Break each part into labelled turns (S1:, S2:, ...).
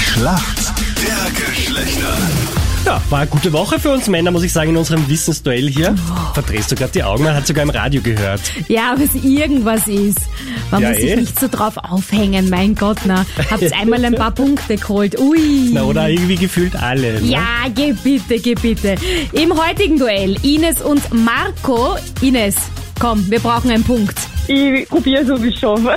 S1: Schlacht der Geschlechter.
S2: Ja, war eine gute Woche für uns Männer, muss ich sagen, in unserem Wissensduell hier. Verdrehst du gerade die Augen, man hat sogar im Radio gehört.
S3: Ja, was irgendwas ist. Man
S2: Ja,
S3: muss
S2: eh.
S3: sich nicht so drauf aufhängen, mein Gott, na. Habt's einmal ein paar Punkte geholt. Ui.
S2: Na, oder irgendwie gefühlt alle. Ne?
S3: Mhm. Ja, geh bitte, geh bitte. Im heutigen Duell Ines und Marco. Ines, komm, wir brauchen einen Punkt.
S4: Ich probiere so, wie ich schaffe.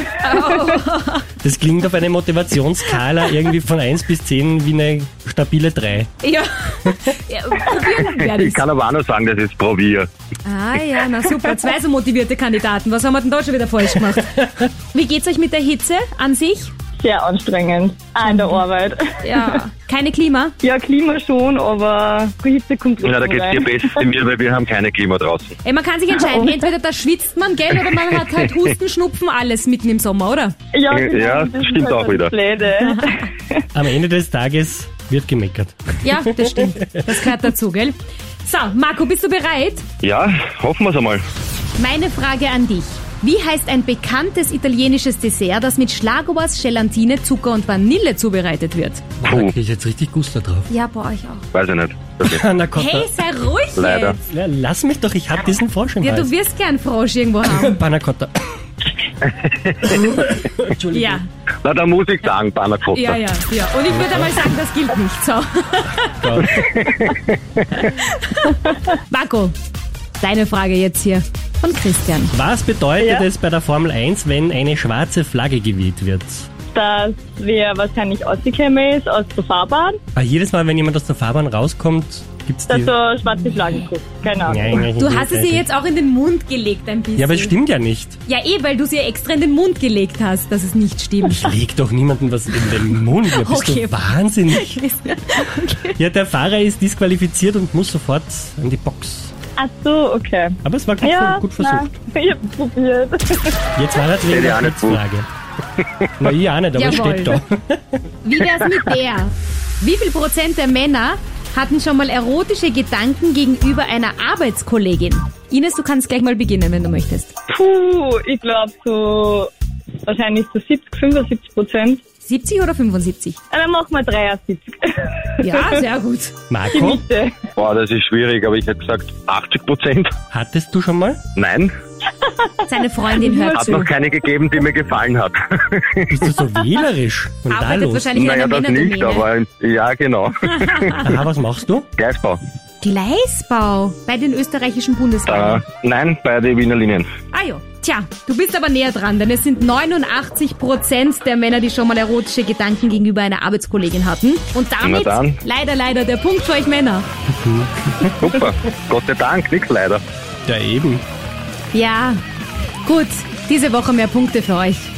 S2: Das klingt auf eine Motivationsskala irgendwie von 1 bis 10 wie eine stabile 3.
S3: Ja, ja probieren wir
S5: Ich
S3: das.
S5: kann aber auch nur sagen, dass ich es probiere.
S3: Ah ja, na super, zwei so motivierte Kandidaten. Was haben wir denn da schon wieder falsch gemacht? Wie geht's euch mit der Hitze an sich?
S4: Sehr anstrengend. Auch in der
S2: Mhm.
S4: Arbeit.
S3: Ja. Keine Klima?
S4: Ja, Klima schon, aber die Hitze kommt
S5: Na, da
S4: trotzdem
S5: geht es dir
S4: rein.
S5: besser als mir, weil wir haben keine Klima draußen.
S3: Ey, man kann sich entscheiden, entweder da schwitzt man, gell, oder man hat halt Husten, Schnupfen, alles mitten im Sommer, oder?
S4: Ja,
S5: Ja,
S4: genau, das ist
S5: stimmt auch
S4: das
S5: wieder.
S4: Blöde.
S2: Am Ende des Tages wird gemeckert.
S3: Ja, das stimmt. Das gehört dazu, gell? So, Marco, bist du bereit?
S5: Ja, hoffen wir es einmal.
S3: Meine Frage an dich. Wie heißt ein bekanntes italienisches Dessert, das mit Schlagobers, Gelatine, Zucker und Vanille zubereitet wird?
S2: Da krieg ich jetzt richtig Guster drauf.
S3: Ja, bei euch auch.
S5: Weiß ich nicht. Okay.
S2: Na Gott,
S3: Hey, sei ruhig
S5: Leider.
S3: jetzt.
S2: na, lass mich doch, ich hab diesen Frosch im
S3: Ja, du
S2: Hals.
S3: wirst gern Frosch irgendwo haben.
S2: Panna Cotta. Entschuldigung.
S3: Ja,
S5: Na, da muss ich sagen, Banner Cotta.
S3: ja, ja, ja. Und ich würde einmal sagen, das gilt nicht. So.
S2: Gott.
S3: Marco, deine Frage jetzt hier von Christian.
S2: Was bedeutet
S4: Ja.
S2: es bei der Formel 1, wenn eine schwarze Flagge geweht wird?
S4: Dass wir wahrscheinlich ausgekommen ist aus der Fahrbahn,
S2: Ah, jedes Mal, wenn jemand aus der Fahrbahn rauskommt, gibt's
S4: dass
S2: die...
S4: so schwarze Flaggen Genau. guckt. Keine Ahnung.
S3: Du hast es ihr jetzt auch in den Mund gelegt ein bisschen.
S2: Ja, aber es stimmt ja nicht.
S3: Ja, eh, weil du es ihr extra in den Mund gelegt hast, dass es nicht stimmt.
S2: Ich leg doch niemandem was in den Mund. Ja, bist
S3: Okay.
S2: du wahnsinnig. Ja, der Fahrer ist disqualifiziert und muss sofort an die Box.
S4: Ach so, okay.
S2: Aber es war gut,
S4: Ja,
S2: gut versucht.
S4: Na, ich hab's probiert.
S2: Jetzt war das wegen
S5: Hätte ich
S2: der
S5: auch nicht
S2: Schutzfrage. Na, ich auch nicht, aber es
S3: Jawohl.
S2: steht da.
S3: Wie wär's mit der? Wie viel Prozent der Männer hatten schon mal erotische Gedanken gegenüber einer Arbeitskollegin? Ines, du kannst gleich mal beginnen, wenn du möchtest.
S4: Puh, ich glaube so wahrscheinlich so 70, 75 Prozent.
S3: 70 oder 75?
S4: Dann machen wir 73.
S3: Ja, sehr gut.
S4: Die
S2: Marco,
S4: Mitte.
S5: Boah, das ist schwierig, aber ich hätte gesagt 80 Prozent.
S2: hattest du schon mal?
S5: Nein,
S3: Seine Freundin hört
S5: hat
S3: zu.
S5: noch keine gegeben, die mir gefallen hat.
S2: Bist du so wählerisch? Und da
S3: Arbeitet
S2: los.
S3: wahrscheinlich in
S5: naja,
S3: einer
S5: das nicht,
S3: Männerdomäne.
S5: aber ja, genau.
S2: Aha, was machst du?
S5: Gleisbau.
S3: Gleisbau bei den österreichischen
S5: Äh,
S3: Bundesbahnen.
S5: nein, bei den Wiener Linien.
S3: Ah jo. Tja, du bist aber näher dran, denn es sind 89 Prozent der Männer, die schon mal erotische Gedanken gegenüber einer Arbeitskollegin hatten. Und damit
S5: Na dann.
S3: leider, leider der Punkt für euch Männer.
S5: Super. Gott sei Dank, nichts leider.
S2: Ja, eben.
S3: Ja, gut, diese Woche mehr Punkte für euch.